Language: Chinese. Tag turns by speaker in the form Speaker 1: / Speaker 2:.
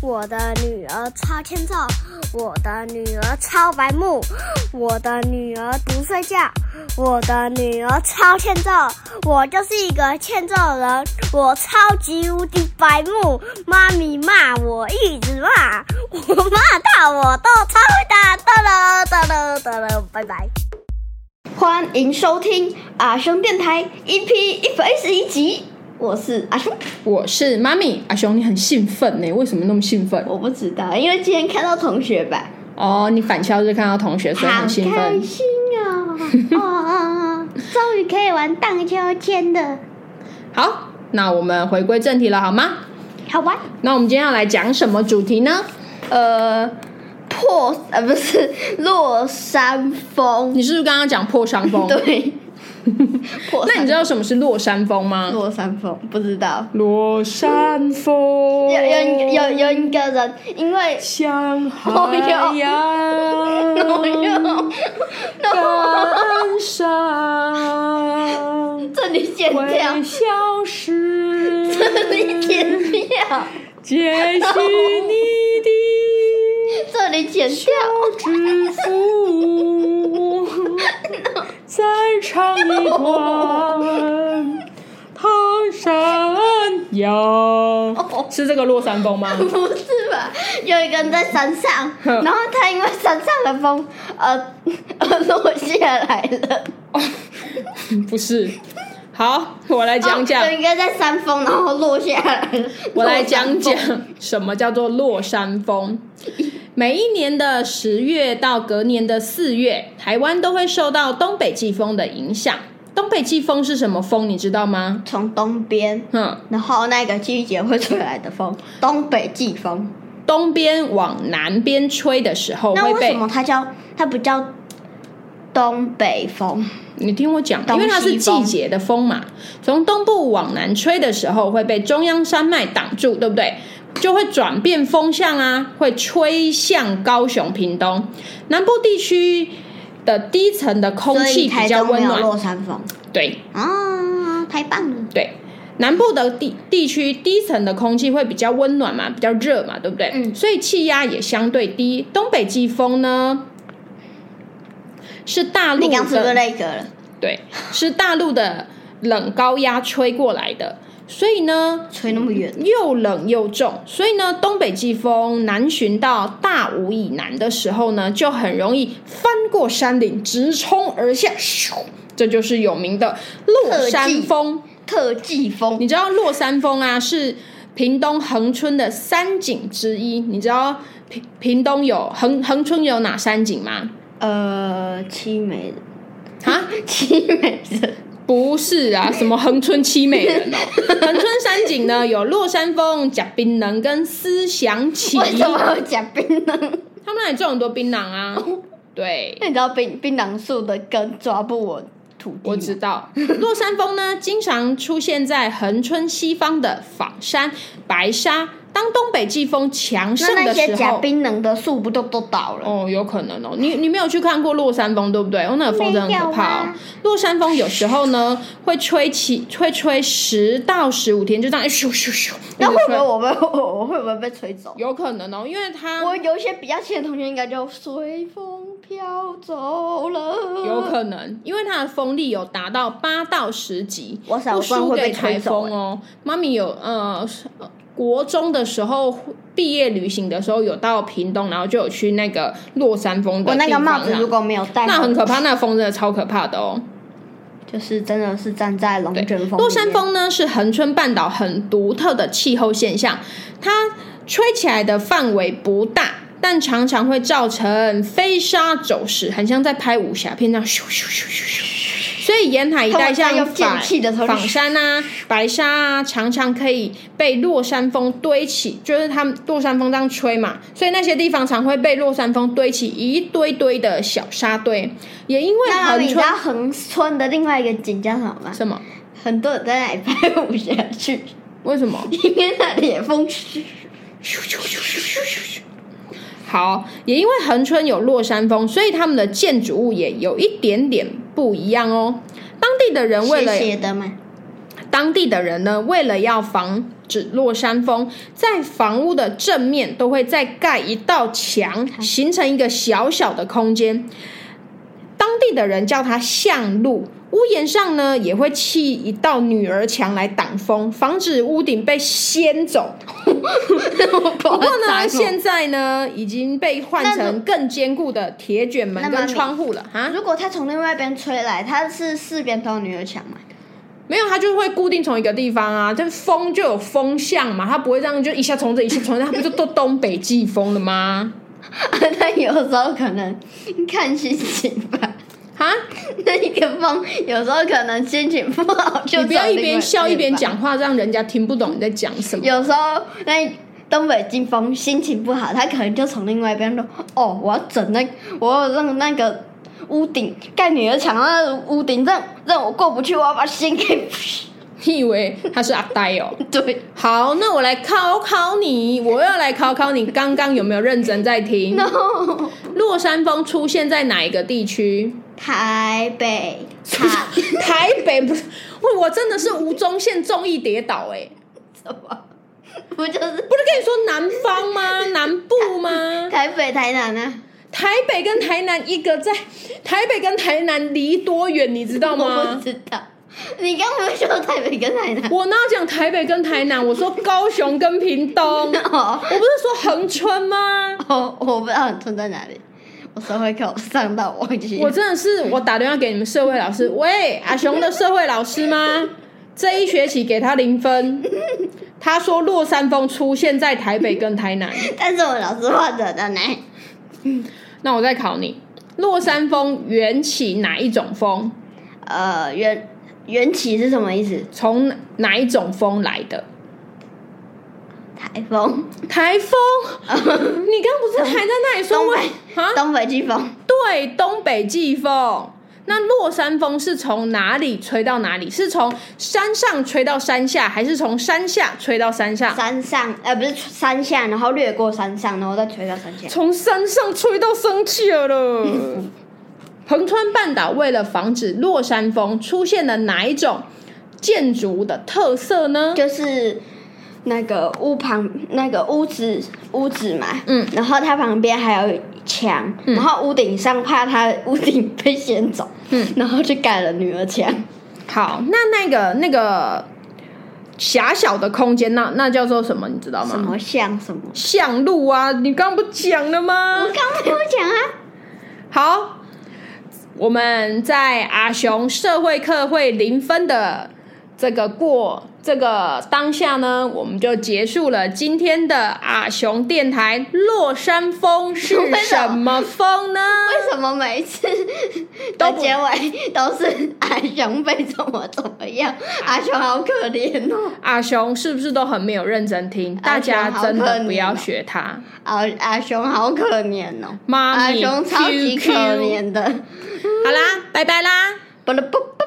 Speaker 1: 我的女儿超欠揍，我的女儿超白目，我的女儿不睡觉，我的女儿超欠揍，我就是一个欠揍人，我超级无敌白目，妈咪骂我一直骂，我骂到我都超会打，哒了哒了哒了，拜 拜。
Speaker 2: 欢迎收听阿兄电台 E EP 一百一十一集，我是阿兄。
Speaker 3: 我是妈咪，阿雄，你很兴奋呢？为什么那么兴奋？
Speaker 2: 我不知道，因为今天看到同学吧，
Speaker 3: 哦，你返校日看到同学，所以
Speaker 2: 好
Speaker 3: 很兴
Speaker 2: 开
Speaker 3: 奋。
Speaker 2: 心哦！哦，终于可以玩荡秋千的，
Speaker 3: 好，那我们回归正题了，好吗？
Speaker 2: 好啊玩。
Speaker 3: 那我们今天要来讲什么主题呢？
Speaker 2: 呃，破呃不是落山风，
Speaker 3: 你是不是刚刚讲破山风？
Speaker 2: 对，破
Speaker 3: 那
Speaker 2: 山
Speaker 3: 你知道什么是落山风吗？
Speaker 2: 落山风不知道。
Speaker 3: 落山风
Speaker 2: 有有有有一个人，因为
Speaker 3: 像
Speaker 2: 海 洋 No, no,
Speaker 3: 上
Speaker 2: 这里剪掉，
Speaker 3: 消失。
Speaker 2: 这里剪掉，
Speaker 3: 解
Speaker 2: 释
Speaker 3: 你的
Speaker 2: 这里剪掉。
Speaker 3: 指腹，再唱一段唐山谣。是这个落山风吗？
Speaker 2: 不是吧？有一个人在山上，
Speaker 3: 哼
Speaker 2: 然后他因为山上的风，呃， 而落下来了。
Speaker 3: 哦不是。好，我来讲讲，
Speaker 2: 有一个在山峰，然后落下来了。
Speaker 3: 我来讲
Speaker 2: 落
Speaker 3: 讲
Speaker 2: 山峰。
Speaker 3: 什么叫做落山风。每一年的十月到隔年的四月，台湾都会受到东北季风的影响。东北季风是什么风？你知道吗？
Speaker 2: 从东边，
Speaker 3: 嗯，
Speaker 2: 然后那个季节会吹来的风， 东北季风。
Speaker 3: 东边往南边吹的时候
Speaker 2: 那
Speaker 3: 哦会
Speaker 2: 为
Speaker 3: 被
Speaker 2: 什么它叫它不叫东北风？
Speaker 3: 你听我讲，
Speaker 2: 东
Speaker 3: 因
Speaker 2: 西
Speaker 3: 为它是季节的风嘛，从东部往南吹的时候会被中央山脉挡住，对不对？就会转变风向啊，会吹向高雄、屏东南部地区的低层的空
Speaker 2: 所以
Speaker 3: 气比
Speaker 2: 台
Speaker 3: 较
Speaker 2: 中没
Speaker 3: 温
Speaker 2: 有落
Speaker 3: 暖，
Speaker 2: 山风
Speaker 3: 对，
Speaker 2: 啊，太棒了！
Speaker 3: 对，南部的地地区低层的空气会比较温暖嘛，比较热嘛，对不对？
Speaker 2: 嗯
Speaker 3: 所以气压也相对低。东北季风呢，是大陆
Speaker 2: 你刚是不是
Speaker 3: 的
Speaker 2: 那个了？
Speaker 3: 对，是大陆的冷高压吹过来的，所以呢，
Speaker 2: 吹那么远，
Speaker 3: 又冷又重，所以呢，东北季风南巡到大武以南的时候呢，就很容易翻过山岭，直冲而下，咻这就是有名的落
Speaker 2: 特
Speaker 3: 山
Speaker 2: 技
Speaker 3: 风。
Speaker 2: 特季风
Speaker 3: 你知道落山风啊是屏东恒春的三景之一。你知道屏屏东有恒恒春有哪三景吗？
Speaker 2: 呃，七美人，
Speaker 3: 啊，
Speaker 2: 七美人，
Speaker 3: 不是啊，什么恒春七美人哦。 恒春三景呢有落山风、假槟榔跟思想起。
Speaker 2: 为什么要讲槟榔？
Speaker 3: 他们那里种很多槟榔 啊。对
Speaker 2: 那，你知道槟槟榔树的根抓不稳土地吗
Speaker 3: 我知道。落山风呢，经常出现在恒春西方的仿山、白沙。当东北季风强盛
Speaker 2: 那那
Speaker 3: 的时
Speaker 2: 些
Speaker 3: 候，
Speaker 2: 假槟榔的树不都都倒了？
Speaker 3: 哦，有可能哦。你你没有去看过落山风，对不对？哦，那个风真的很可怕、
Speaker 2: 没有
Speaker 3: 哦
Speaker 2: 啊。
Speaker 3: 落山风有时候呢会吹起，会吹十到十五天，就这样哎咻咻咻。
Speaker 2: 那
Speaker 3: 一直
Speaker 2: 会不
Speaker 3: 吹
Speaker 2: 会我被 我我会不会被吹走？
Speaker 3: 有可能哦？因为它
Speaker 2: 我有一些比较亲的同学应该就随风飘走了，
Speaker 3: 有可能，因为它的风力有达到八到十级，
Speaker 2: 我想
Speaker 3: 不
Speaker 2: 我不然
Speaker 3: 输
Speaker 2: 会被
Speaker 3: 给
Speaker 2: 吹
Speaker 3: 台
Speaker 2: 走
Speaker 3: 风哦。妈咪有呃，是呃国中的时候毕业旅行的时候有到屏东，然后就有去那个落山风的
Speaker 2: 我那
Speaker 3: 地
Speaker 2: 个
Speaker 3: 方
Speaker 2: 帽子
Speaker 3: 啊
Speaker 2: 如果没有戴，
Speaker 3: 那很可怕，那风真的超可怕的哦。
Speaker 2: 就是真的是站在龙
Speaker 3: 对
Speaker 2: 卷风里面。
Speaker 3: 落山风呢是恒春半岛很独特的气候现象，它吹起来的范围不大，但常常会造成飞沙走石，很像在拍武侠片那样咻咻咻咻咻咻。所以沿海一带
Speaker 2: 他
Speaker 3: 像
Speaker 2: 们在用
Speaker 3: 仿
Speaker 2: 剑气的时候就
Speaker 3: 仿山啊、白沙啊，常常可以被落山风堆起，就是他们落山风这样吹嘛，所以那些地方常会被落山风堆起一堆堆的小沙堆。也因为
Speaker 2: 那你知
Speaker 3: 恒春
Speaker 2: 道恒春的另外一个景叫什么吗？
Speaker 3: 什么？
Speaker 2: 很多人在那里拍武侠剧，
Speaker 3: 为什么？
Speaker 2: 因为那里也风
Speaker 3: 咻咻咻咻咻咻咻。好，也因为恒春有落山风，所以他们的建筑物也有一点点不一样哦。当地的人为了
Speaker 2: 斜斜的嘛，
Speaker 3: 当地的人呢，为了要防指落山风，在房屋的正面都会再盖一道墙，形成一个小小的空间。当地的人叫它巷路。屋檐上呢也会砌一道女儿墙来挡风，防止屋顶被 掀走。不过呢，现在呢已经被换
Speaker 2: 哦那如
Speaker 3: 成更坚固的铁卷门
Speaker 2: 那妈
Speaker 3: 跟
Speaker 2: 咪
Speaker 3: 窗户了啊。
Speaker 2: 如果它从另外一边吹来，它是四边都有女儿墙嘛？
Speaker 3: 没有，它就会固定从一个地方啊，但风就有风向嘛，它不会这样就一下从这一下从那，它不就都东北季风了吗？
Speaker 2: 那有时候可能看心情吧。
Speaker 3: 啊，
Speaker 2: 那一个风有时候可能心情不好就，
Speaker 3: 你不要一边笑一边。讲话，让人家听不懂你在讲什么。
Speaker 2: 有时候那东北季风心情不好，他可能就从另外一边说：“哦，我要整那，我要让那个屋顶盖女儿墙，那个屋顶让让我过不去，我要把心给
Speaker 3: 你以为他是阿呆哦？
Speaker 2: 对。
Speaker 3: 好，那我来考考你，我要来考考你，刚刚有没有认真在 听
Speaker 2: ”No，
Speaker 3: 落山风出现在哪一个地区？
Speaker 2: 台北，台
Speaker 3: 台北不是？我我真的是吴宗宪综艺跌倒哎、
Speaker 2: 什么？不就是
Speaker 3: 不是跟你说南方吗？南部吗？
Speaker 2: 台北、台南啊？
Speaker 3: 台北跟台南一个在，台北跟台南离多远，你知道
Speaker 2: 我不
Speaker 3: 吗？
Speaker 2: 知道。你刚刚没有说台北跟台南？
Speaker 3: 我哪有讲台北跟台南？我说高雄跟 屏东，我不
Speaker 2: 哦
Speaker 3: 是说恒春吗？
Speaker 2: 哦，我不知道很村在哪里，我社会课上到忘记。
Speaker 3: 我真的是，我打电话给你们社会老师，喂，阿雄的社会老师吗？这一学期给他零分。他说落山风出现在台北跟台南，
Speaker 2: 但是我老师画的的呢？
Speaker 3: 那我再考你，落山风缘起哪一种风？
Speaker 2: 呃，缘缘起是什么意思？
Speaker 3: 从哪一种风来的？
Speaker 2: 台风，
Speaker 3: 台 风？你刚不是还在那里说
Speaker 2: 东
Speaker 3: 喂
Speaker 2: 北
Speaker 3: 啊？
Speaker 2: 东北季风，
Speaker 3: 对，东北季风。那落山风是从哪里吹到哪里？是从山上吹到山下，还是从山下吹到山上？
Speaker 2: 山上呃不是山下，然后掠过山上，然后再吹到山下。
Speaker 3: 从山上吹到生气了。 横川半岛为了防止落山风，出现了哪一种建筑物的特色呢？
Speaker 2: 就是那个屋旁那个屋子屋子嘛，
Speaker 3: 嗯，
Speaker 2: 然后它旁边还有墙，然后屋顶上怕它屋顶被掀走，
Speaker 3: 嗯，
Speaker 2: 然后就盖了女儿墙，
Speaker 3: 好，那那个那个狭小的空间，那那叫做什么？你知道
Speaker 2: 什
Speaker 3: 吗？
Speaker 2: 么像什么，
Speaker 3: 巷路啊，你刚不讲了吗？
Speaker 2: 我刚没有讲啊，
Speaker 3: 好，我们在阿雄社会课会零分的这个过这个当下呢，我们就结束了今天的阿雄电台。落山风是
Speaker 2: 为什
Speaker 3: 什么风呢？
Speaker 2: 为什么每一次
Speaker 3: 都
Speaker 2: 的
Speaker 3: 不
Speaker 2: 结尾都是阿雄被怎么怎么样？阿雄好可怜哦，
Speaker 3: 阿雄是不是都很没有认真听？大
Speaker 2: 阿雄
Speaker 3: 家
Speaker 2: 好
Speaker 3: 真
Speaker 2: 可
Speaker 3: 的
Speaker 2: 怜
Speaker 3: 不要
Speaker 2: 哦
Speaker 3: 学他。
Speaker 2: 阿阿雄好可怜哦，
Speaker 3: 妈
Speaker 2: 阿
Speaker 3: 咪
Speaker 2: 雄超级
Speaker 3: QQ
Speaker 2: 可怜的，
Speaker 3: 好啦，拜拜啦。
Speaker 2: 不了不。